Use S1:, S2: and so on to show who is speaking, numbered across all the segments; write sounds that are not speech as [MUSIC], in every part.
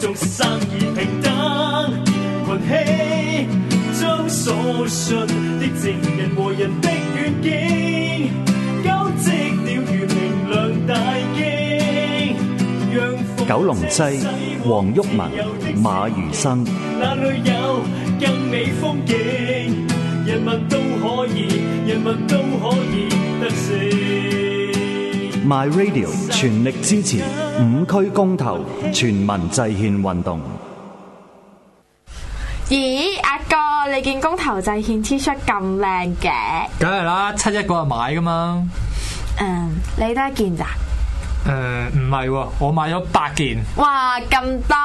S1: 眾生而平等，群起將所信的正人和人的願景，交織了如明亮大鏡，讓復
S2: 九龍西黃毓民馬如生
S1: 那裏有更美風景？人民都可以，人民都可以得勝。
S2: My Radio 全力支持五區公投全民制憲運動。
S3: 咦，阿哥，你件公投制憲 T 恤咁靚嘅，
S4: 梗係啦，七一嗰日買噶嘛。
S3: 嗯，你得一件咋？
S4: 誒呃唔係喎，我買咗八件。
S3: 哇，咁多！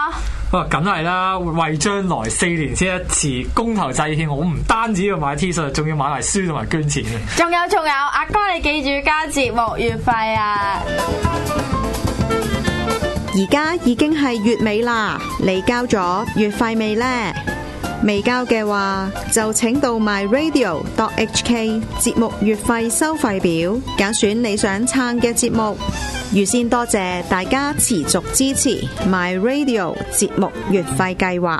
S4: 哇，梗係啦，為將來四年先一次公投制憲，我唔單止要買 T 恤，仲要買埋書同埋捐錢嘅。
S3: 仲有仲有，阿哥你記住交節目月費啊！
S5: 而家已經係月尾啦，你交咗月費未呢？未交嘅話，就請到 myradio.hk 節目月費收費表，揀選你想撐嘅節目。預先多謝大家持續支持 myradio 節目月費計劃。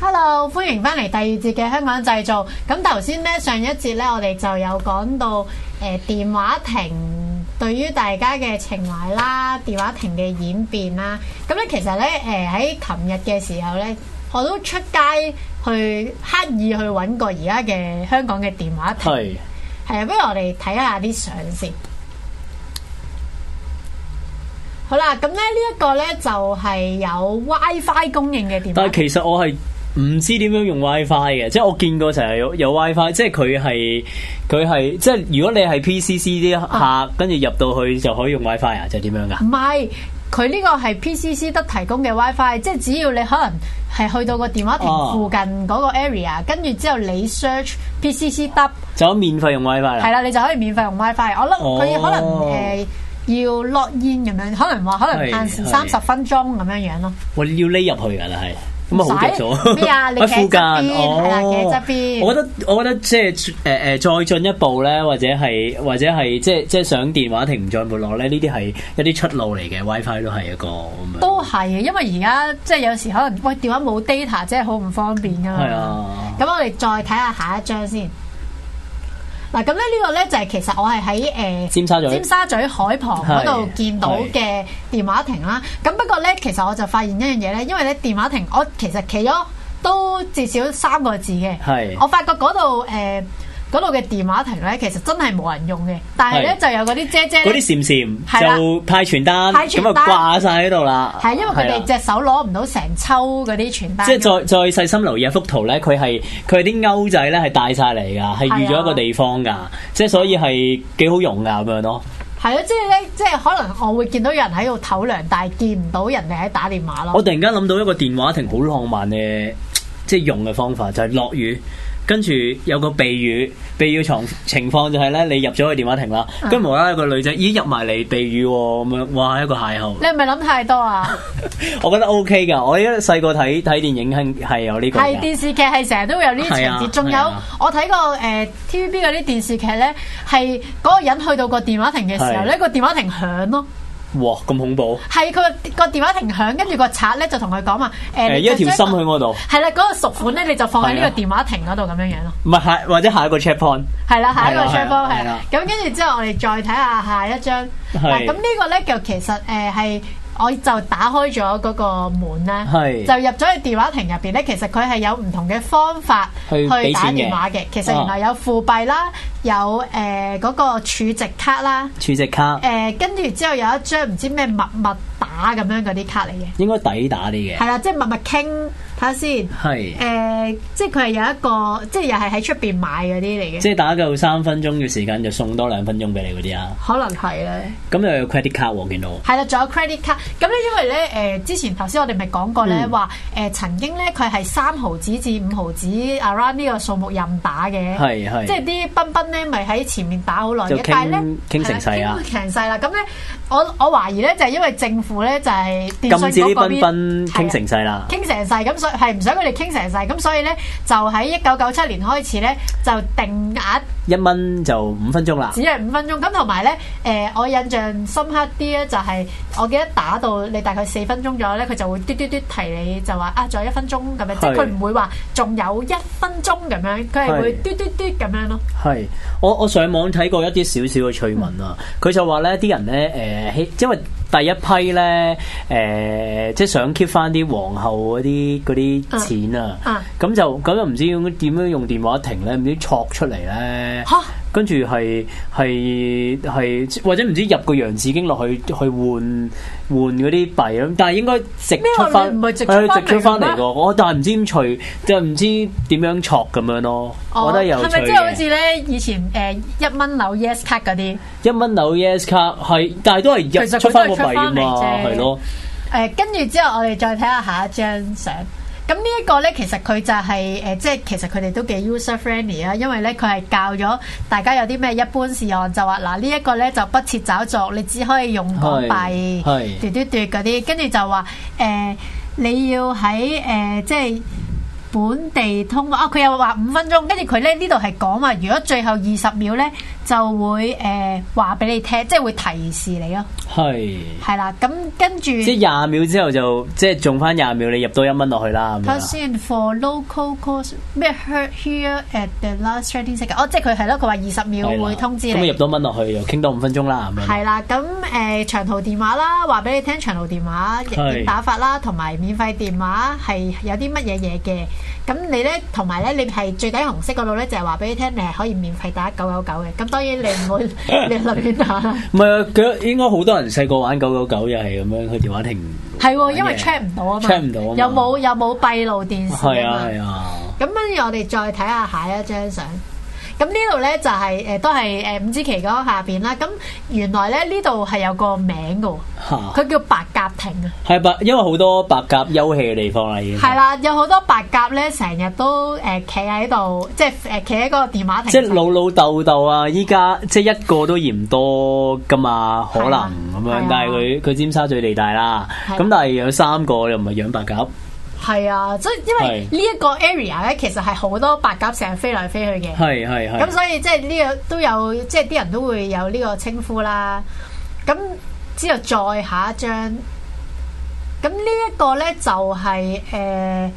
S6: Hello，歡迎翻嚟第二節嘅香港製造。咁頭先咧上一節咧，我哋就有講到誒、呃、電話亭對於大家嘅情懷啦，電話亭嘅演變啦。咁咧其實咧誒喺琴日嘅時候咧，我都出街去刻意去揾過而家嘅香港嘅電話亭。
S4: 係。
S6: 係啊，不如我哋睇下啲相先。好啦，咁咧呢一個咧就係、有 WiFi 供應嘅電
S7: 但
S6: 話
S7: 係其實我係唔知點樣用 WiFi 嘅，即係我見過成日有有 WiFi，即係佢係佢係即係如果你係 PCC 啲
S6: 啊
S7: 客，跟住入到去就可以用 WiFi 啊，就係點樣噶？
S6: 唔係，佢呢個係 PCC 得提供嘅 WiFi，即係只要你可能係去到個電話亭
S7: 哦
S6: 附近嗰個 area，跟住之後你 search PCC 得，
S7: 就可以免費用 WiFi
S6: 係
S7: 啦。
S6: 啦，你就可以免費用 WiFi。我
S7: 啊哦
S6: 諗佢可能誒。要落煙咁樣，可能話可能
S7: 係
S6: 限時
S7: 係
S6: 三十分鐘咁樣樣咯。
S7: 我要匿入去㗎啦，係。咁啊好着
S6: 唔
S7: 咗
S6: 使
S7: [LAUGHS]
S6: 咩啊你
S7: 喺附近
S6: 企喺側邊係啦企喺側
S7: 哦
S6: 邊
S7: 我覺得我覺得即係誒誒再進一步咧，或者係或者係即係即係想電話亭唔再沒落咧，呢啲係一啲出路嚟嘅，WiFi 都係一個咁樣。
S6: 都係嘅，因為而家即係有時可能喂電話冇 data，真係好唔方便㗎嘛。
S7: 係啊。
S6: 咁我哋再睇下下一張先。嗱，咁咧呢個咧就係其實我係喺誒
S7: 尖沙咀
S6: 尖沙咀海旁嗰度見到嘅電話亭啦。咁不過咧，其實我就發現一樣嘢咧，因為咧電話亭我其實企咗都至少三個字嘅。
S7: 係
S6: 我發覺嗰度誒嗰度嘅電話亭咧，其實真係冇人用嘅，但係咧
S7: 係
S6: 就有嗰啲姐姐
S7: 嗰
S6: 呢
S7: 啲閃
S6: 係啦
S7: 閃就派傳單，
S6: 派傳
S7: 咁
S6: 單
S7: 啊掛晒喺度啦。
S6: 係因為佢哋
S7: 啦
S6: 隻手攞唔到成抽嗰啲傳單
S7: 啊即
S6: 㗎嘛。
S7: 係再再細心留意一幅圖咧，佢係佢係啲鈎仔咧係帶晒嚟㗎，
S6: 啊
S7: 係預咗一個地方㗎，即係所以係幾好用㗎咁樣咯。
S6: 係啊，即係咧，即係可能我會見到有人喺度唞涼，但係見唔到人哋喺打電話
S7: 我
S6: 咯。
S7: 突然間諗到一個電話亭好浪漫嘅，即係用嘅方法就係、落雨。跟住有個避雨，避雨床情況就係咧，你入咗去電話亭啦，
S6: 啊
S7: 跟住無啦啦有個女仔，咦入埋嚟避雨喎，咁樣，哇一個邂逅，
S6: 你係咪諗太
S7: [LAUGHS]
S6: 多啊？
S7: 我覺得 O K 㗎。我依家細個睇睇電影係係有呢個㗎。
S6: 係電視劇係成日都會有呢啲情
S7: 係
S6: 節，
S7: 啊
S6: 仲有
S7: 係啊
S6: 我睇過誒 TVB 嗰啲電視劇咧，係嗰個人去到個電話亭嘅時候
S7: 係
S6: 咧，個電話亭響咯，
S7: 哇，咁恐怖！
S6: 係佢個個電話亭響，跟住個賊咧就同佢講話誒，
S7: 誒，
S6: 你
S7: 一條
S6: 就將
S7: 心去
S6: 個
S7: 嗰度，
S6: 係啦，嗰個贖款咧你就放喺
S7: 係
S6: 呢
S7: 啊
S6: 個電話亭嗰度咁樣樣咯。
S7: 唔係下或者下一個 check point，
S6: 係啦，下一個
S7: 係啦
S6: t r a v
S7: 係啦
S6: 係啦。咁跟住之後，我哋再睇下下一張。
S7: 係
S6: 嗱，咁呢個咧就其實誒係。我就打開咗嗰個門啦，
S7: 係
S6: 就入咗去電話亭入邊咧。其實佢係有唔同嘅方法
S7: 去俾
S6: 打
S7: 錢嘅啊
S6: 電話嘅。其實原來有貨幣啦，有呃誒嗰、個儲值卡啦，
S7: 儲值卡
S6: 誒、跟住之後有一張唔知咩密密打咁樣嗰啲卡嚟嘅，
S7: 應該抵打啲嘅。
S6: 係啦，即係密密傾下先。
S7: 係
S6: 誒、即係佢係有一個，即係又係喺出邊買嗰啲嚟嘅，
S7: 即係打夠三分鐘嘅時間就送多兩分鐘俾你嗰啲啊。
S6: 可能係咧。
S7: 咁又有 credit card 喎，見到。
S6: 係啦，仲有 credit card。咁咧，因為咧，誒、
S7: 嗯
S6: 之前頭先我哋咪講過咧，話誒、曾經咧佢係三毫子至五毫子 around 呢個數目任打嘅。
S7: 係係
S6: 即係啲賓賓咧，咪喺前面打好耐
S7: 就
S6: 嘅，
S7: 傾
S6: 但係咧
S7: 傾成世啊
S6: 傾成世啦。咁咧，我我懷疑咧就係因為政府咧就係禁
S7: 禁止啲賓賓傾成世啦。
S6: 傾成世咁，所以係唔想佢哋傾成世，咁所以咧就喺一九九七年開始咧就定額
S7: 一蚊就五分鐘啦
S6: 只。係五分鐘。咁同埋咧，誒、我印象深刻啲咧就係、我記得打到你大概四分鐘左右咧，佢就會嘟嘟嘟提你就話啊，仲有一分鐘咁樣，即係
S7: 係
S6: 佢唔會話仲有一分鐘咁樣，佢係會
S7: 係
S6: 嘟嘟嘟咁樣咯。
S7: 係，我我上網睇過一啲少少嘅趣聞啊，佢就話咧啲人咧誒、希因為第一批咧誒、即係想 keep 翻啲皇后嗰啲嗰啲錢啊
S6: 啊，
S7: 咁、就咁就唔知用點樣用電話亭咧，唔知戳出嚟咧
S6: 嚇。
S7: 跟住係係係，或者唔知入個洋紫經落去去換換嗰啲幣咁，但係應該直出
S6: 咩話你
S7: 翻，
S6: 唔係直出
S7: 係
S6: 返嚟
S7: 直出翻
S6: 嘅
S7: 嚟
S6: 咩
S7: 個，我但係唔知點除，就唔知點樣戳咁樣咯。我覺得有趣
S6: 哦係咪即係
S7: 嘅
S6: 好似咧以前誒一蚊樓 Yes Card 嗰啲？
S7: 一蚊樓 yes 卡係，但係都係入
S6: 其實佢
S7: 出翻個
S6: 都係出
S7: 幣啊
S6: 返嚟
S7: 嘛，
S6: 啫
S7: 係咯，
S6: 誒，跟住之後我哋再睇下下一張相。咁呢一個咧，其實佢就係、誒、即係其實佢哋都幾 user friendly 啊，因為咧佢係教咗大家有啲咩一般事項，就話嗱呢一個咧就不設找作，你只可以用港幣
S7: 係係
S6: 嘟嘟嘟嗰啲，跟住就話誒、你要喺誒、即係。本地通話啊，佢又話五分鐘，跟住佢咧呢度係講話，如果最後二十秒咧就會誒話俾你聽，即係會提示你咯，
S7: 係。
S6: 係啦，咁跟住
S7: 即係廿秒之後就即係中翻廿秒，你入多一蚊落去啦咁
S6: 睇
S7: 樣。
S6: 先，for local cost 咩 heard here at the last trading second，哦，即係佢係咯，佢話二十秒
S7: 係啦
S6: 會通知
S7: 咁咪
S6: 你
S7: 入。多蚊落去，又傾多五分鐘啦咁樣。
S6: 係啦，咁誒、呃、長途電話啦，話俾你聽長途電話
S7: 係
S6: 點打法啦，同埋免費電話係有啲乜嘢嘢嘅。咁你咧，同埋咧，你係最底紅色嗰度咧，就係話俾你聽，你係可以免費打九九九嘅。咁當然你唔
S7: [LAUGHS]
S6: 會你隨便打啦。
S7: 唔係啊，佢應該好多人細個玩九九九又係咁樣，佢電話停。
S6: 係喎，因為
S7: 玩嘢
S6: check 唔到啊嘛
S7: check 唔到啊嘛
S6: 有冇有冇閉路電視
S7: 係
S6: 啊
S7: 啊
S6: 嘛
S7: 係。啊，
S6: 咁跟住我哋再睇下下一張相。咁呢度呢，就係、誒、都係呃誒伍之奇嗰下邊啦。咁原來咧呢度係有個名嘅喎，
S7: 嚇
S6: 佢叫白鴿亭啊。
S7: 係白，因為好多白鴿休憩嘅地方啦已經。
S6: 係啊啦，有好多白鴿呢，成日都誒企喺度，即係誒企喺嗰個電話亭。
S7: 即係老老豆豆啊！依家即係一個都嫌多噶嘛，可能
S6: 係啊
S7: 咁
S6: 係啊
S7: 樣。但係佢佢尖沙咀地帶啦，
S6: 係啊
S7: 咁但係有三個又唔係養白鴿，
S6: 係啊，即係因為
S7: 係
S6: 呢一個 area 呢，其實係好多白鴿成日飛來飛去嘅。
S7: 係係
S6: 咁
S7: 係。
S6: 所以即係呢個都有，即係啲人都會有呢個稱呼啦。咁之後再下一張，咁呢一個呢就係、呃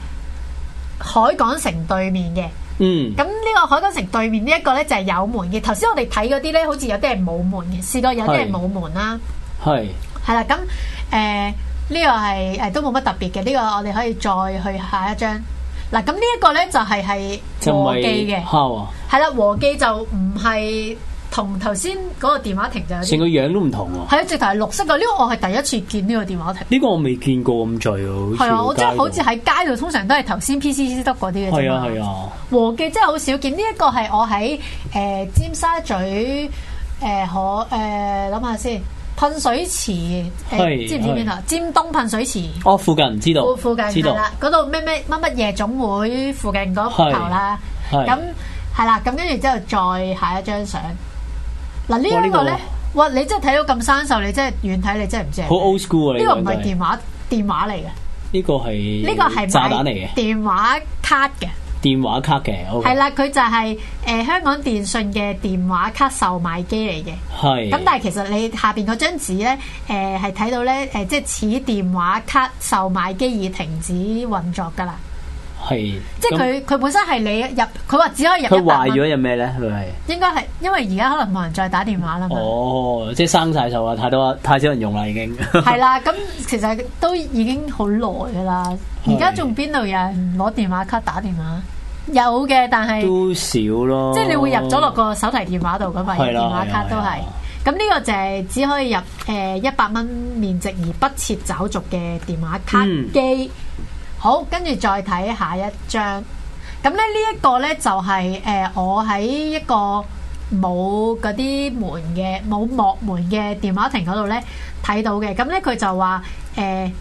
S6: 海港城對面嘅。
S7: 嗯，
S6: 咁呢個海港城對面呢一個呢就係、有門嘅。頭先我哋睇嗰啲呢，好似有啲係冇門嘅，試過有啲係
S7: 係
S6: 冇門啦。
S7: 係
S6: 係啦，咁誒呢個係誒都冇乜特別嘅，呢、個我哋可以再去下一張。嗱，咁呢一個呢就係係
S7: 就唔
S6: 和記
S7: 係
S6: 嘅。
S7: 蝦啊，
S6: 係啦，和記就唔係同頭先嗰個電話亭就有
S7: 成
S6: 啲，
S7: 個樣都唔同喎。
S6: 係啊，直頭係綠色嘅。呢、個我係第一次見呢個電話亭，
S7: 呢個我未見過咁滯喎，
S6: 係啊，我
S7: 好似
S6: 真係好
S7: 喺街
S6: 似
S7: 度。
S6: 喺街度通常都係頭先 PCC 得嗰啲嘅啫
S7: 係
S6: 嘛
S7: 啊係啊，
S6: 和記真係好少見，呢、一個係我喺誒、呃尖沙咀誒、呃可誒諗下先，噴水池誒、呃
S7: 係
S6: 知唔知邊度？尖東噴水池。
S7: 哦，附近知道
S6: 附，附近
S7: 知
S6: 係
S7: 道。
S6: 啦，嗰度咩咩乜乜夜總會附近嗰頭啦，
S7: 係係
S6: 咁係啦，咁跟住之後再下一張相。嗱
S7: 哇
S6: 呢一
S7: 呢
S6: 個
S7: 個
S6: 咧，哇你真係睇到咁生鏽，你真係遠睇你真係唔知係
S7: 好
S6: 咩。
S7: old school 啊！
S6: 呢個唔係
S7: 個
S6: 電話電話嚟嘅，
S7: 呢個係
S6: 呢個係
S7: 炸彈嚟嘅
S6: 買，電話卡嘅。
S7: 電話卡嘅。OK
S6: 係，啦，佢就係誒香港電訊嘅電話卡售賣機嚟嘅。
S7: 係。
S6: 咁但係其實你下邊嗰張紙咧，誒係睇到咧，誒即係此電話卡售賣機已停止運作㗎啦。
S7: 係
S6: 即係佢佢本身係你入，佢話只可以入
S7: 佢
S6: 一百
S7: 壞咗
S6: 蚊，
S7: 有咩咧？佢係。
S6: 應該係因為而家可能冇人再打電話啦嘛。
S7: 哦，即係生晒手啊！太多太少人用啦，已經。
S6: 係啦，咁其實都已經好耐噶啦，而家仲邊度有人攞電話卡打電話？有嘅，但
S7: [LAUGHS]
S6: 係
S7: 都少咯。
S6: 即係你會入咗落個手提電話度噶嘛，
S7: 係啦
S6: 電話卡
S7: 係啦啊
S6: 都係
S7: 係啦。
S6: 咁呢個就係只可以入誒一百蚊面值而不設找續嘅電話卡
S7: 嗯
S6: 機。好，跟住再睇下一張。咁咧呢一個咧就係、呃我喺一個冇嗰啲門嘅冇幕門嘅電話亭嗰度咧睇到嘅。咁咧佢就話誒。呃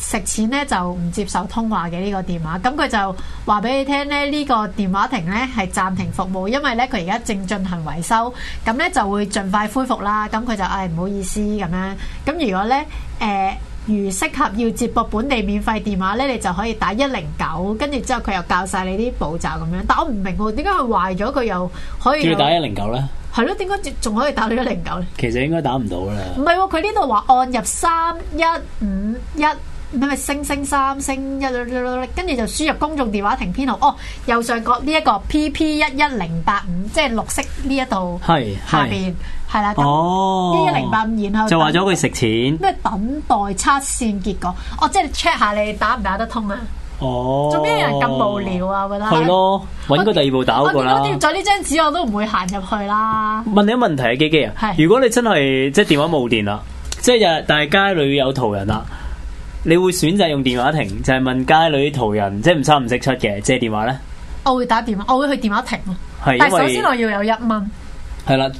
S6: 食錢咧就唔接受通話嘅呢個電話，咁佢就話俾你聽咧，呢、個電話亭咧係暫啊停服務，因為咧佢而家正進行維修，咁咧就會盡快恢復啦。咁佢就唉唔、好意思咁樣，咁如果咧誒。如適合要接駁本地免費電話咧，你就可以打一零九，跟住之後佢又教晒你啲步驟咁樣。但我唔明喎，點解佢壞咗佢又可以
S7: 仲要
S6: 有？
S7: 打一零九咧，
S6: 係咯，點解仲可以打到一零九咧？
S7: 其實應該打唔到啦。
S6: 唔係喎，佢呢度話按入三一五一。唔係星星三星一，跟住就輸入公眾電話亭編號。哦，右上角呢一個 PP 一一零八五，即係綠色呢一度
S7: 係
S6: 下
S7: 係
S6: 邊係啦。
S7: 哦
S6: 一一零八五，然後
S7: 就話咗
S6: 等
S7: 佢食錢。
S6: 咩等待測試結果。哦，即係 check 下你打唔打得通啊？
S7: 哦，
S6: [LAUGHS] 做咩有人咁無聊啊我覺得
S7: 係咯，揾個第二部打好
S6: 我
S7: 過
S6: 見
S7: 啦
S6: 到。貼咗呢張紙，我都唔會行入去啦。
S7: 問你一個問題啊，基基啊，
S6: 係
S7: 如果你真係即係電話冇電啦，即係日但係街裏有途人啦，你會選擇用電話亭，就係、問街裏啲途人，即係唔三唔識七嘅借電話咧？
S6: 我會打電話，我會去電話亭咯。
S7: 係
S6: 但係
S7: 因
S6: 首先
S7: 為
S6: 我要有一蚊。
S7: 係啦，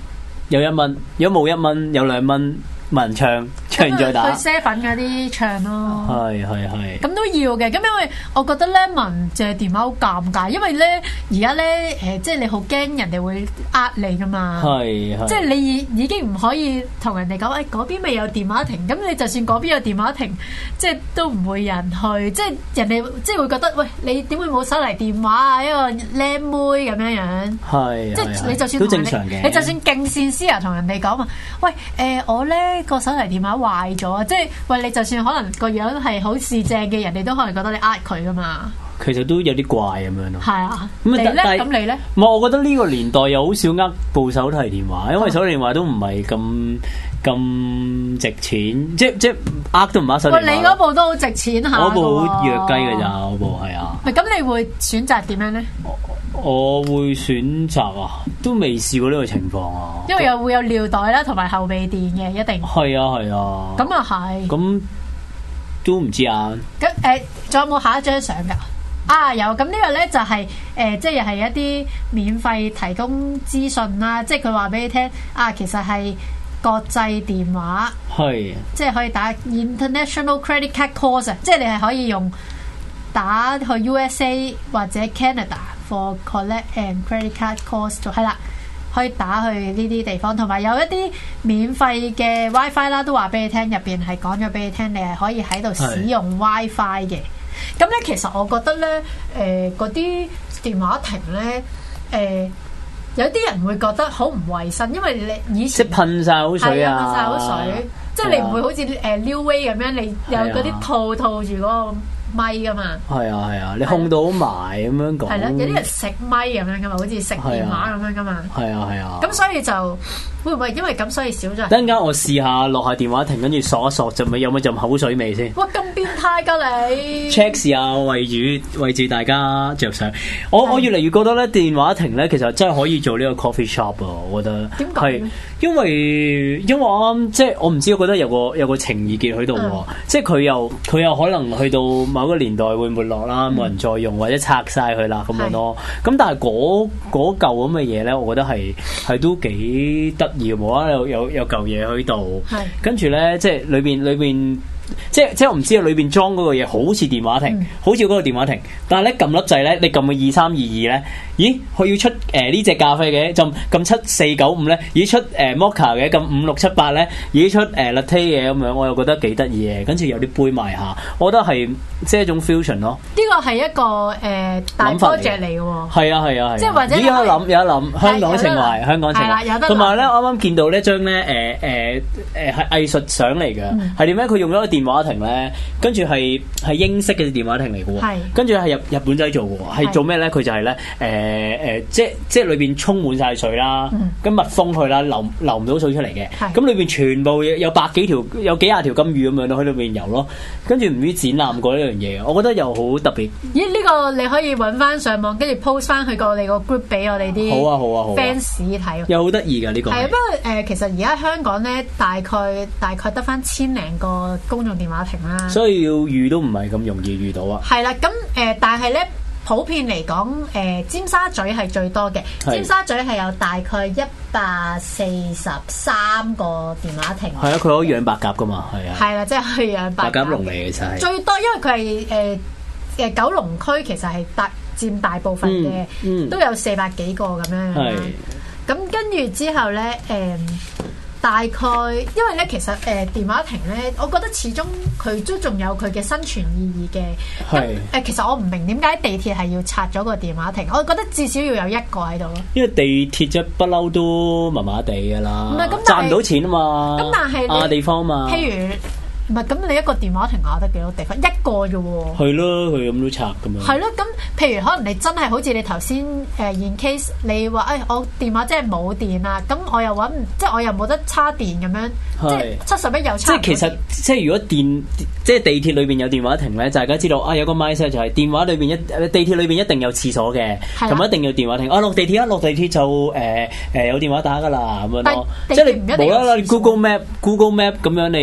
S7: 有一蚊，如果冇一蚊，有兩蚊，冇人唱，唱完再打，啊
S6: 去 seven 嗰啲唱咯。
S7: 係係係。
S6: 咁都要嘅，咁因為我覺得咧文借電話好尷尬，因為咧而家咧誒，即係你好驚人哋會呃你噶嘛，
S7: 係係，
S6: 即係你已已經唔可以同人哋講，誒、哎嗰邊咪有電話亭，咁你就算嗰邊有電話亭，即係都唔會有人去，即係人哋即係會覺得，喂，你點會冇手提電話啊？一個靚妹咁樣樣。
S7: 係
S6: 啊即
S7: 係
S6: 係你就算
S7: 都
S6: 同
S7: 正
S6: 人
S7: 常
S6: 哋
S7: 嘅，
S6: 你就算勁善思啊，同人哋講話，喂，誒、我咧個手提電話壞咗啊，即係喂你就算可能個樣係好市正嘅人，哋都可能覺得你呃佢噶嘛，
S7: 其實都有啲怪咁樣咯。
S6: 係啊，
S7: 咁
S6: 你
S7: 啊
S6: 咧
S7: 但但
S6: 咁你咧，
S7: 唔係，我覺得呢個年代又好少呃部手提電話，
S6: 啊
S7: 因為手提電話都唔係咁咁值錢，即即呃都唔呃手提
S6: 喂
S7: 電
S6: 你
S7: 話
S6: 嗰。部都好值錢下㗎喎，啊
S7: 我部好弱雞嘅咋，我部係啊，
S6: 喂。咁你會選擇點樣咧？
S7: 我會選擇啊，都未試過呢個情況啊。
S6: 因為又會有尿袋啦，同埋後備電嘅一定。
S7: 係啊係啊，
S6: 咁啊係。
S7: 咁都唔知啊。
S6: 咁誒，仲、有冇下一張相㗎？啊，有咁呢個咧就係、誒、即係又係一啲免費提供資訊啦，即係佢話俾你聽啊，其實係國際電話，
S7: 係
S6: 即係可啊以打 international credit card calls 啊，即係你係可以用打去 USA 或者 Canada for collect and credit card calls 做係啦。可以打去呢啲地方，同埋有一啲免費嘅 WiFi 啦，都話俾你聽，入邊係講咗俾你聽，你係可以喺度使用 WiFi 嘅。咁咧，其實我覺得咧，誒、嗰啲電話亭咧，誒、有啲人會覺得好唔衞生，因為你以
S7: 即
S6: 前
S7: 係噴晒口水
S6: 係
S7: 啊！
S6: 啊，噴晒口水，即係你唔會好似誒 New Way 咁樣，你有
S7: 啊
S6: 嗰啲套套住嗰個咪噶嘛。
S7: 係啊係啊，你控到好埋咁樣講。
S6: 係啦，有啲人食咪咁樣噶嘛，好似食電話咁樣噶嘛。
S7: 哦係啊係啊。
S6: 咁所以就會唔會因為咁所以少咗人？
S7: 等陣間我試下落下電話亭，跟住索一索，就咪有冇陣口水味先。
S6: 哇，咁變態㗎你
S7: check 試下為住為住大家着想，我我越嚟越覺得咧電話亭咧其實真係可以做呢個 coffee shop 啊！我覺得
S6: 點解
S7: 係
S6: 咧
S7: 因為因為我啱即係我唔知，我覺得有個有個情意結喺度喎
S6: 嗯，
S7: 即係佢又佢又可能去到某個年代會沒落
S6: 嗯
S7: 啦，冇人再用或者拆晒佢啦咁樣咯。咁但係嗰嗰嚿咁嘅嘢咧，我覺得係係都幾得意嘅，無啦啦有有有嚿嘢喺度
S6: 係，
S7: 跟住咧即係裏邊裏邊。即係即係我唔知啊，裏邊裝嗰個嘢好似電話亭，好似嗰個電話亭，但係咧撳粒掣咧，你撳個二三二二咧，咦，佢要出誒呢只咖啡嘅，就撳七四九五咧，咦出誒 mocha 嘅，撳五六七八咧，咦出誒呃 latte 嘅咁樣，我又覺得幾得意嘅，跟住有啲杯賣下，我覺得係即係一種 fusion 咯，
S6: 呢個係一個誒大
S7: 諗法嚟嘅
S6: project 嚟嘅喎。
S7: 係啊係啊係啊，
S6: 即係或者
S7: 咦
S6: 你
S7: 有
S6: 可以
S7: 得諗有得諗，香港情
S6: 係有
S7: 懷
S6: 得諗
S7: 香港情
S6: 係啦有
S7: 懷，
S6: 得諗
S7: 同埋咧我啱啱見到呢張咧誒誒誒係藝術相嚟
S6: 嗯
S7: 嘅，係點咧？佢用咗個電話亭咧，跟住係係英式嘅電話亭嚟嘅喎
S6: 係，
S7: 跟住係日日本仔做嘅喎，係
S6: 係
S7: 做咩咧？佢就係咧誒誒，即係即係裏邊充滿晒水啦，咁密封佢啦，流流唔到水出嚟嘅，
S6: 嗯係
S7: 咁裏邊全部有有百幾條有幾廿條金魚咁樣咯，喺裏邊游咯，跟住唔知展覽過呢樣嘢，我覺得又好特別，
S6: 咦？呢、個你可以揾翻上網，跟住 post 翻去個我哋個 group 俾我哋啲
S7: 好啊好啊好啊
S6: fans 睇喎。
S7: 又好得意㗎呢個
S6: 係啊，
S7: 係。
S6: 不過誒、呃其實而家香港咧，大概大概得翻千零個公眾用電話亭啦。
S7: 所以要遇都唔係咁容易遇到啊。
S6: 係啦，咁誒、呃但係咧，普遍嚟講，誒、尖沙咀係最多嘅。
S7: 係
S6: 尖沙咀係有大概一百四十三個電話亭。
S7: 係啊，佢可以養白鴿噶嘛，係啊，
S6: 係啦，即係去養
S7: 白
S6: 白鴿
S7: 鴿籠嚟嘅其實係。
S6: 最多，因為佢係誒誒九龍區其實係大佔大部分嘅，
S7: 嗯嗯
S6: 都有四百幾個咁樣。
S7: 係
S6: 咁跟住之後咧，誒、大概因為咧，其實誒、電話亭咧，我覺得始終佢都仲有佢嘅生存意義嘅。咁誒
S7: 係、
S6: 其實我唔明點解地鐵係要拆咗個電話亭，我覺得至少要有一個喺度咯。
S7: 因為地鐵啫不嬲都麻麻地㗎啦，
S6: 唔係咁但係
S7: 賺唔到錢啊嘛，
S6: 咁但係你
S7: 啊地方嘛，
S6: 譬如唔係咁，你一個電話亭咬得幾多地方？一個啫喎。
S7: 係咯，佢咁都拆咁樣。
S6: 係咯，咁譬如可能你真係好似你頭先誒 in case 你話誒、哎我電話真係冇電啦，咁我又揾唔即係我又冇得叉電咁樣，即係
S7: 係
S6: 七十一又
S7: 即
S6: 叉
S7: 係
S6: 唔到電。
S7: 其實，即係如果電即係地鐵裏邊有電話亭咧，大家知道啊有個 mindset 就係電話裏邊一地鐵裏邊一定有廁所嘅，
S6: 係啦
S7: 咁一定有電話亭。啊落地鐵啊落地鐵就誒誒有電話打㗎啦咁樣咯。即
S6: 但
S7: 係
S6: 係地鐵唔一
S7: 你
S6: 定
S7: 無啦啦
S6: 有廁所
S7: Google Map Google Map 咁樣你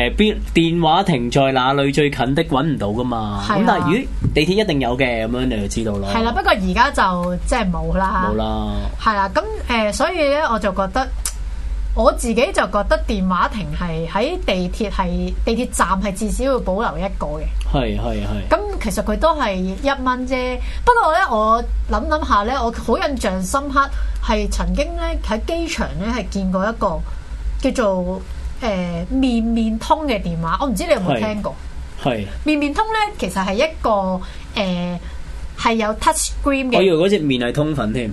S7: 誒誒邊電話亭在哪裏最近的揾唔到㗎嘛。
S6: 係啊
S7: 咁但係咦地鐵一定有嘅咁樣你就知道咯。
S6: 係啦，不過而家就即係冇啦
S7: 冇啦，
S6: 係啦，咁誒、呃所以咧我就覺得。我自己就覺得電話亭係喺地鐵係地鐵站係至少要保留一個嘅，
S7: 係係係。
S6: 咁其實佢都係一蚊啫。不過咧，我諗諗下咧，我好印象深刻係曾經咧喺機場咧係見過一個叫做誒、呃面面通嘅電話，我唔知你有冇
S7: 係
S6: 聽過。
S7: 係，
S6: 面面通咧其實係一個誒係、有 touch screen
S7: 我以
S6: 嘅，
S7: 為嗰隻面係通粉添，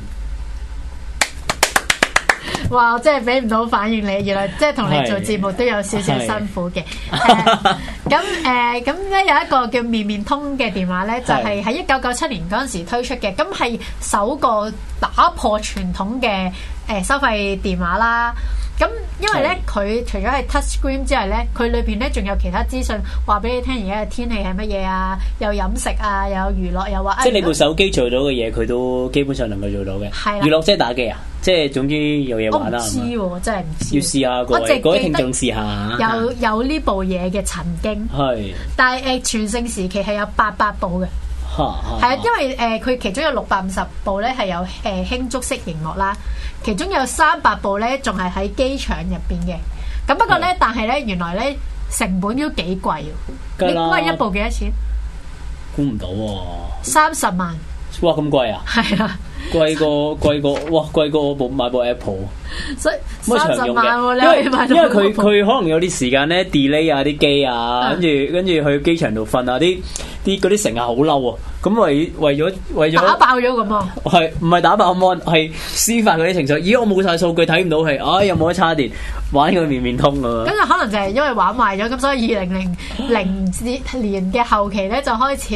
S6: 哇！我真係俾唔到反應你，原來即係同你
S7: 係
S6: 做節目都有少少
S7: 係
S6: 辛苦嘅。係啊咁誒咁咧有一個叫面面通嘅電話咧，就係喺一九九七年嗰陣時推出嘅，咁係首個打破傳統嘅誒、呃收費電話啦。咁因為咧，佢除咗係 touch screen 之外咧，佢裏邊咧仲有其他資訊話俾你聽，而家嘅天氣係乜嘢啊，有飲食啊，有娛樂，又話啊
S7: 即係你部
S6: 如果
S7: 手機做到嘅嘢，佢都基本上能夠做到嘅。
S6: 係啦
S7: 娛樂即係打機啊，即係總之有嘢
S6: 我唔
S7: 玩啦。啊
S6: 知
S7: 係嘛
S6: 喎，真係唔知。
S7: 要試下各
S6: 我淨
S7: 位
S6: 記
S7: 各位
S6: 得
S7: 聽眾試下。
S6: 有有呢部嘢嘅曾經，
S7: 係
S6: 但係誒、呃全盛時期係有八百部嘅。
S7: 嚇係
S6: 係啊，因為誒佢、其中有六百五十部咧係有誒輕觸式熒幕啦，其中有三百部咧仲係喺機場入邊嘅。咁不過咧，
S7: 哦
S6: 但係咧原來咧成本都幾貴喎。
S7: 梗係
S6: 你估
S7: 啦
S6: 係一部幾多錢？
S7: 估唔到喎，
S6: 三十萬，
S7: 哇咁貴啊！
S6: 係啊，
S7: 貴
S6: [LAUGHS]
S7: 過貴過哇貴過我部買部 Apple，
S6: 所以
S7: 冇
S6: 三
S7: 乜
S6: 十
S7: 常用
S6: 萬喎，你
S7: 嘅。
S6: 可以
S7: 因
S6: 買
S7: 為
S6: 到
S7: 因為佢
S6: 嗰部
S7: 佢可能有啲時間咧 delay 啊啲機啊，
S6: 嗯
S7: 跟住跟住去機場度瞓啊，啲啲嗰啲乘客好嬲啊，咁為為咗為咗
S6: 打爆咗咁啊！
S7: 係唔係打爆 mon？係抒發佢啲情緒。咦，我冇晒數據睇唔到戲，唉、又冇得叉電，玩佢面面通咁啊
S6: 咁
S7: 樣。
S6: 就可能就係因為玩壞咗，咁所以二零零零年嘅後期咧就開始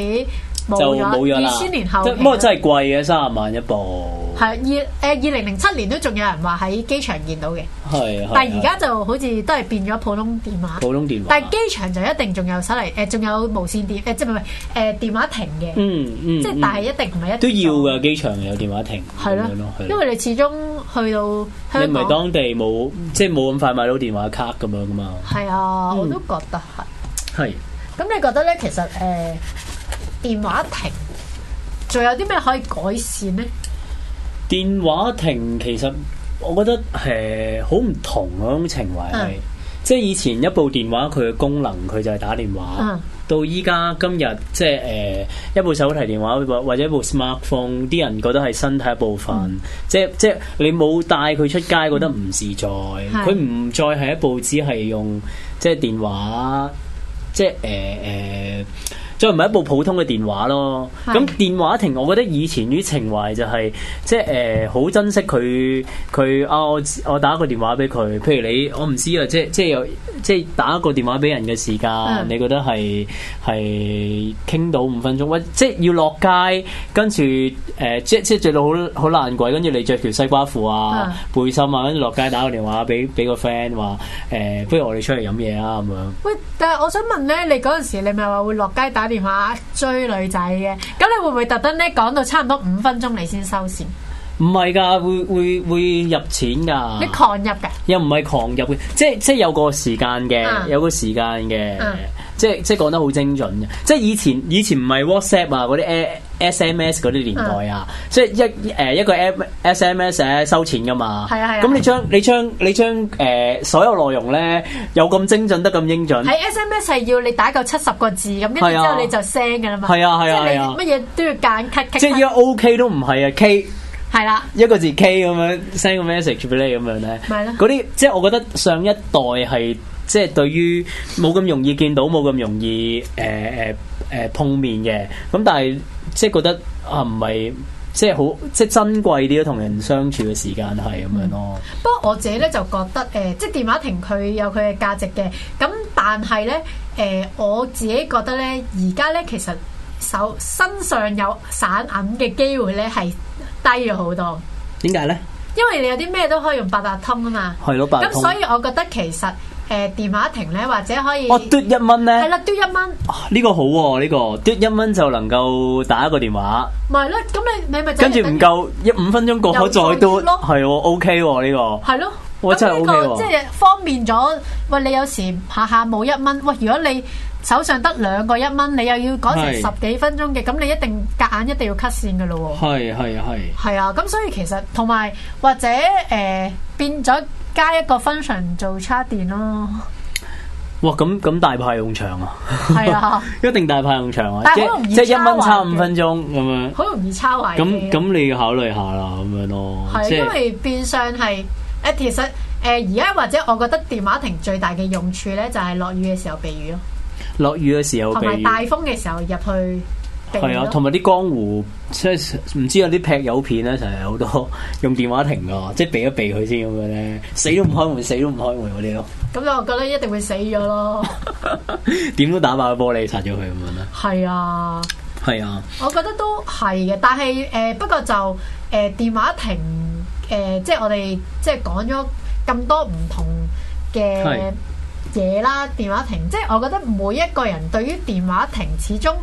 S6: 冇
S7: 就冇咗
S6: 咗，
S7: 啦。
S6: 二千年後
S7: 即
S6: 期
S7: 係
S6: 呢
S7: 不過真係貴嘅，三十萬一部。
S6: 係二誒二零零七年都仲有人話喺機場見到嘅，
S7: 係。係
S6: 但係而家就好似都係變咗普通電話
S7: 係。普通電話。
S6: 但係機場就一定仲有手嚟誒，仲、有無線電誒、呃即係唔係誒電話亭嘅，
S7: 嗯嗯，
S6: 即係
S7: 嗯
S6: 但係一定唔係一
S7: 都要
S6: 嘅，
S7: 嘅，機場有電話亭。
S6: 係
S7: 咁樣
S6: 咯，
S7: 係
S6: 因為你始終去到
S7: 你
S6: 香
S7: 唔係
S6: 港，
S7: 當地冇，即係冇咁快買到電話卡咁樣噶嘛。
S6: 係啊，
S7: 嗯
S6: 我都覺得係。
S7: 係。
S6: 咁你覺得咧，其實誒、呃、電話亭仲有啲咩可以改善咧？
S7: 電話亭其實我覺得誒好唔同嗰種情懷係，
S6: 嗯
S7: 即係以前一部電話佢嘅功能佢就係打電話，
S6: 嗯
S7: 到依家今日即係誒、呃一部手提電話或或者一部 smartphone，啲人覺得係身體一部分，
S6: 嗯
S7: 即係即係你冇帶佢出街覺得唔自在，
S6: 係
S7: 佢唔再係一部只係用即係電話，即係誒誒。再唔係一部普通嘅電話咯。
S6: 係
S7: 咁電話亭，我覺得以前啲情懷就係、即係誒好珍惜佢佢啊！我我打個電話俾佢，譬如你我唔知啊，即係即係有即係打一個電話俾人嘅時間，
S6: 嗯
S7: 你覺得係係傾到五分鐘，或即係要落街，跟住誒、即即係着到好好爛鬼，跟住你着條西瓜褲啊、
S6: 嗯
S7: 背心啊，跟住落街打個電話俾俾個 friend 話誒，不如我哋出嚟飲嘢啊咁樣。
S6: 喂，但係我想問咧，你嗰陣時你咪話會落街打電話追女仔嘅，咁你會唔會特登咧講到差唔多五分鐘你先收線？
S7: 唔唔係㗎，會會會入錢㗎。
S6: 你狂入嘅，
S7: 又唔係狂入嘅，即係即係有個時間嘅，
S6: 啊
S7: 有個時間嘅，
S6: 啊
S7: 即係即係講得好精準嘅。即係以前以前唔係 WhatsApp 啊嗰啲 A- SMS 嗰啲年代啊，即係一誒一個 M- SMS 咧收錢噶嘛。
S6: 係啊係啊
S7: 咁你將你將你將誒、呃所有內容咧有咁精準得咁精準。
S6: 喺 SMS 係要你打夠七十個字咁，跟住
S7: 嗯係
S6: 之
S7: 啊
S6: 後你就 send 噶啦嘛。
S7: 係啊係
S6: 即
S7: 啊
S6: 係
S7: 係啊
S6: 你乜嘢都要揀 cut
S7: 即係而
S6: cut cut。
S7: 家 OK 都唔係啊，K
S6: 係啦，
S7: 一個字 K 咁樣 send 個 message 俾你咁樣咧，
S6: 咪咯
S7: 嗰啲即係我覺得上一代係即係對於冇咁容易見到，冇咁容易誒誒誒碰面嘅，咁但係即係覺得啊唔係即係好即係珍貴啲咯，同人相處嘅時間係咁樣咯。
S6: 不過我自己咧就覺得誒、呃即係電話亭佢有佢嘅價值嘅。咁但係咧誒，我自己覺得咧，而家咧其實手身上有散銀嘅機會咧係低咗好多，
S7: 點解咧？
S6: 因為你有啲咩都可以用八達通啊嘛。
S7: 係咯，八達
S6: 咁
S7: 通
S6: 所以我覺得其實誒、呃、電話亭咧，或者可以
S7: 我嘟一蚊咧，
S6: 係
S7: 啊
S6: 啦，嘟一蚊，
S7: 呢個好喎，呢個嘟一蚊就能夠打一個電話，
S6: 咪咯，咁你你咪
S7: 跟住唔夠一五分鐘過
S6: 又
S7: 後再
S6: 再
S7: 嘟，
S6: 嘟咯
S7: 係喎 OK 喎呢個。
S6: 係咯。
S7: 哇真係
S6: 咁呢
S7: OK
S6: 個
S7: 喎
S6: 即係方便咗。喂，你有時下下冇一蚊，喂，如果你手上得兩個一蚊，你又要講成
S7: 係
S6: 十幾分鐘嘅，咁你一定夾硬一定要 cut 線嘅咯
S7: 係係係。
S6: 喎。係啊，咁所以其實同埋或者誒、呃、變咗加一個 function 做叉電咯，
S7: 哇！咁咁大派用場啊，
S6: 係啊，
S7: [LAUGHS] 一定大派用場啊，
S6: 但係
S7: 即
S6: 好容易
S7: 即係一蚊差
S6: 抄壞嘅
S7: 五分鐘咁樣，
S6: 好容易抄壞嘅
S7: 咁咁你要考慮下啦，咁樣咯，
S6: 係
S7: 即
S6: 因
S7: 係
S6: 為變相係誒，其實誒而家或者我覺得電話亭最大嘅用處咧，就係落雨嘅時候避雨咯，
S7: 落雨嘅時候
S6: 同
S7: 避
S6: 埋
S7: 雨，
S6: 大風嘅時候入去避雨
S7: 係啊，同埋
S6: 咯。
S7: 啲江湖即係唔知有啲劈友片咧，成日好多 [LAUGHS] 用電話停噶，即係避一避佢先咁樣咧，死都唔開門，死都唔開門嗰啲
S6: [LAUGHS]
S7: 咯，
S6: 咁我覺得一定會死咗
S7: [LAUGHS]
S6: 咯。
S7: 點都打爆個玻璃殺咗佢咁樣啦，
S6: 係啊，
S7: 係啊，
S6: 我覺得都係嘅，但係誒、呃不過就誒、呃、電話亭誒、呃即係我哋即係講咗咁多唔同
S7: 係
S6: 嘅嘢啦，電話亭，即係我覺得每一個人對於電話亭始終。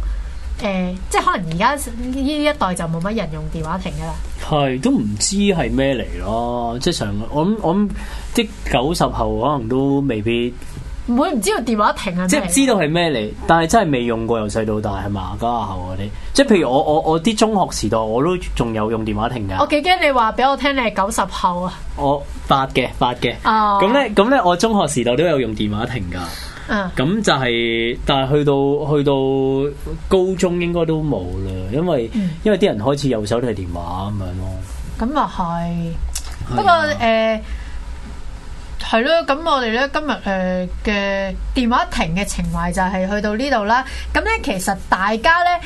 S6: 誒、即係可能而家呢一代就冇乜人用電話亭噶啦，
S7: 係都唔知係咩嚟咯，即係上我諗我諗啲九十後可能都未必。
S6: 唔會唔知道電話亭係
S7: 即
S6: 咩嚟？
S7: 係知道係咩嚟，但係真係未用過，由細到大係嘛？家下後嗰啲，即係譬如我我我啲中學時代，我都仲有用電話亭
S6: 我
S7: 㗎。
S6: 幾驚你話俾我聽你係九十後啊！
S7: 我八嘅八嘅，
S6: 哦
S7: 咁咧咁咧，我中學時代都有用電話亭㗎。
S6: 嗯，
S7: 咁就係、但係去到去到高中應該都冇啦，因為、因為啲人開始有手提電話咁樣咯。
S6: 咁又係。
S7: 係啊
S6: 不過誒係咯，咁、我哋咧今呃日誒嘅電話亭嘅情懷就係去到呢度啦。咁咧其實大家咧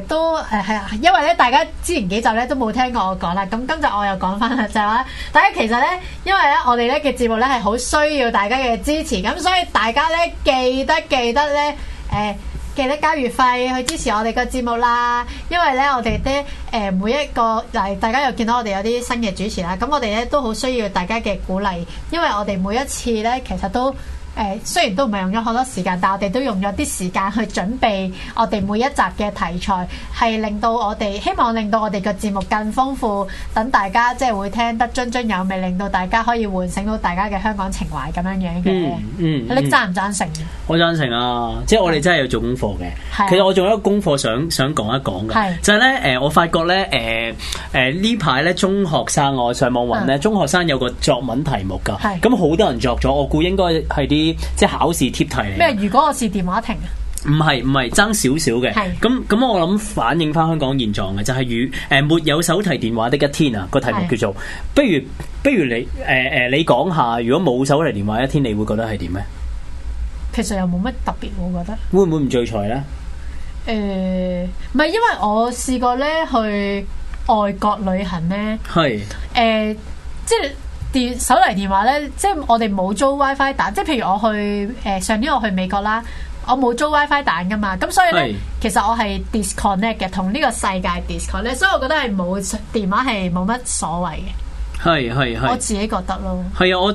S6: 誒、都誒係、啊，因為咧大家之前幾集咧都冇聽過我講啦，咁今集我又講翻啦，就係話大家其實咧，因為咧我哋咧嘅節目咧係好需要大家嘅支持，咁所以大家咧記得記得咧誒。呃記得交月費去支持我哋個節目啦，因為咧我哋咧誒每一個嗱，大家又見到我哋有啲新嘅主持啦，咁我哋咧都好需要大家嘅鼓勵，因為我哋每一次咧其實都誒、呃、雖然都唔係用咗好多時間，但我哋都用咗啲時間去準備我哋每一集嘅題材，係令到我哋希望令到我哋嘅節目更豐富，等大家即係會聽得津津有味，令到大家可以喚醒到大家嘅香港情懷咁樣樣嘅。
S7: 嗯嗯嗯
S6: 你贊唔贊成？
S7: 我贊成啊！即係我哋真係有做功課
S6: 係啊
S7: 嘅。其實我仲有一個功課想想講一講
S6: 係
S7: 嘅，就係咧誒，我發覺咧誒誒呢排咧中學生我上網揾咧，
S6: 嗯
S7: 中學生有個作文題目㗎
S6: 係，
S7: 咁好多人作咗，我估應該係啲即係考試貼題嚟嘅。
S6: 咩？如果我是電話亭啊？
S7: 唔係唔係爭少少嘅
S6: 係，
S7: 咁咁我諗反映翻香港現狀嘅就係與誒沒有手提電話的一天啊個題目
S6: 係
S7: 叫做，不如不如你誒誒、你講下，如果冇手提電話一天，你會覺得係點咧？
S6: 其實又冇乜特別喎，我覺得。
S7: 會唔會唔聚財咧？
S6: 誒、唔係因為我試過咧去外國旅行咧，
S7: 係
S6: 誒、即係電手提電話咧，即係我哋冇租 WiFi 蛋，即係譬如我去誒、上年我去美國啦，我冇租 WiFi 蛋噶嘛，咁所以咧
S7: 係
S6: 其實我係 disconnect 嘅，同呢個世界 disconnect，所以我覺得係冇電話係冇乜所謂嘅，
S7: 係係係
S6: 我。自己覺得咯。
S7: 係啊，我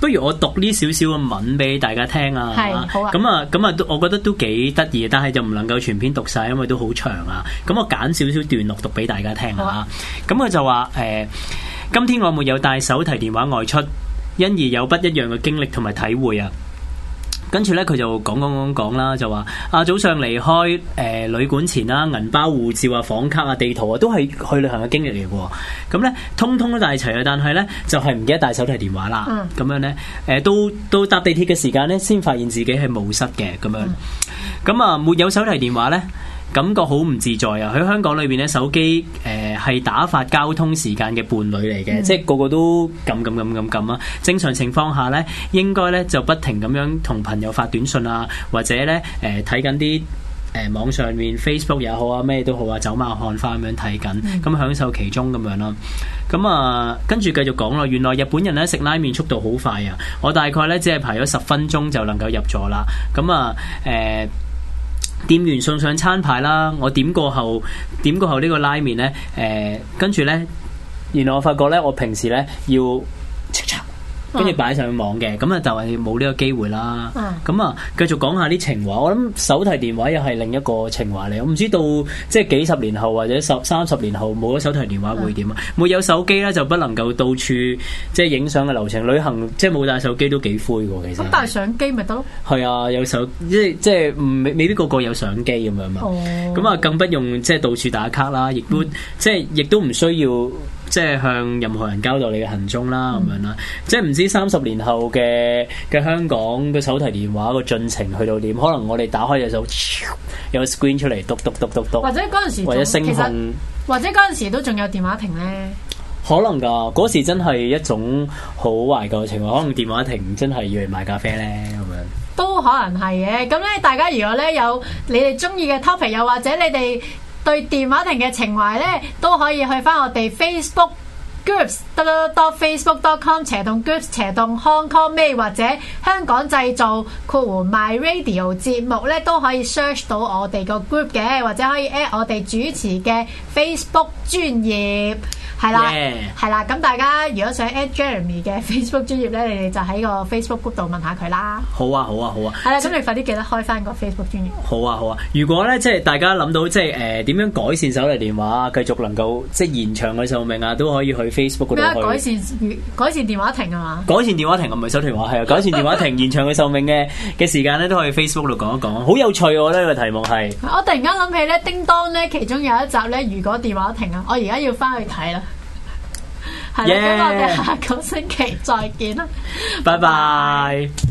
S7: 不如我讀呢少少嘅文俾大家聽啊。
S6: 係好啊
S7: 咁啊，咁啊，都我覺得都幾得意，啊但係就唔能夠全篇讀晒，因為都好長啊。咁我揀少少段落讀俾大家聽
S6: 好
S7: 啊
S6: 啊。
S7: 咁佢就話誒、今天我沒有帶手提電話外出，因而有不一樣嘅經歷同埋體會啊。跟住咧，佢就講講講講啦，就話啊早上離開誒、呃、旅館前啦，銀包、護照啊、房卡啊、地圖啊，都係去旅行嘅經歷嚟嘅喎。咁咧，通通都帶齊啊，但係咧就係、唔記得帶手提電話啦。咁、樣咧，誒、到到搭地鐵嘅時間咧，先發現自己係冇失嘅咁樣。咁啊、沒有手提電話咧。感覺好唔自在啊！喺香港裏邊咧，手機誒係打發交通時間嘅伴侶嚟嘅，即係個個都撳撳撳撳撳啊！正常情況下咧，應該咧就不停咁樣同朋友發短信啊，或者咧誒睇緊啲。誒網上面 Facebook 也好啊，咩都好啊，走馬看花咁樣睇緊，咁享受其中咁樣啦。咁啊，跟住繼續講啦。原來日本人咧食拉麵速度好快啊！我大概咧只係排咗十分鐘就能夠入座啦。咁啊，誒、店員送上餐牌啦，我點過後點過後呢個拉麵呢，誒、跟住呢，原來我發覺呢，我平時呢要跟住擺上網嘅，咁啊就係冇呢個機會啦
S6: 嗯。
S7: 咁啊、繼續講下啲情話，我諗手提電話又係另一個情話嚟。我唔知道即係幾十年後或者十三十年後冇咗手提電話會點啊？
S6: 嗯
S7: 沒有手機呢，就不能夠到處即係影相嘅流程，旅行即係冇帶手機都幾灰喎。其實
S6: 咁但係相機咪得咯。
S7: 係啊，有手即係即係唔未未必個個有相機咁樣嘛。
S6: 哦嗯
S7: 咁啊，更不用即係到處打卡啦，亦都、即係亦都唔需要即係向任何人交代你嘅行蹤啦，
S6: 嗯
S7: 咁、樣啦。即係唔知三十年後嘅嘅香港嘅手提電話個進程去到點？可能我哋打開隻手，有個 screen 出嚟，篤篤篤篤篤，
S6: 或者嗰陣時仲
S7: 或者聲
S6: 其實
S7: 控。
S6: 或者嗰陣時都仲有電話亭咧，
S7: 可能㗎，嗰時真係一種好懷舊嘅情況，可能電話亭真係要嚟買咖啡咧咁樣。
S6: 都可能係嘅。咁咧，大家如果咧有你哋中意嘅 topic，又或者你哋對電話亭嘅情懷咧，都可以去翻我哋 Facebook。groups 得得得 facebook.com 斜洞 groups 斜洞 Hong Kong May 或者香港製造括弧 My Radio 節目咧，都可以 search 到我哋個 group 嘅，或者可以 at 我哋主持嘅 Facebook 專頁。係啦
S7: Yeah，
S6: 係啦，咁大家如果想 at Jeremy 嘅 Facebook 專頁咧，你哋就喺個 Facebook group 度問下佢啦。
S7: 好啊，好啊，好啊。
S6: 係啦，咁你快啲記得開翻個 Facebook 專頁。
S7: 好啊，好啊！如果咧，即係大家諗到即係誒點樣改善手提電話啊，繼續能夠即係延長佢壽命啊，都可以去 Facebook 嗰度
S6: 咩啊？
S7: 去
S6: 改善改善電話亭啊嘛？
S7: 改善電話亭啊，唔係手提電話，係啊，改善電話亭延長佢壽命嘅嘅時間咧，都可以 Facebook 度講一講，好有趣我覺得呢個題目係
S6: 我突然間諗起咧，叮當咧，其中有一集咧，如果電話亭啊，我而家要翻去睇啦。係啦，咁
S7: Yeah
S6: 我哋下個星期再見啦。
S7: 拜拜。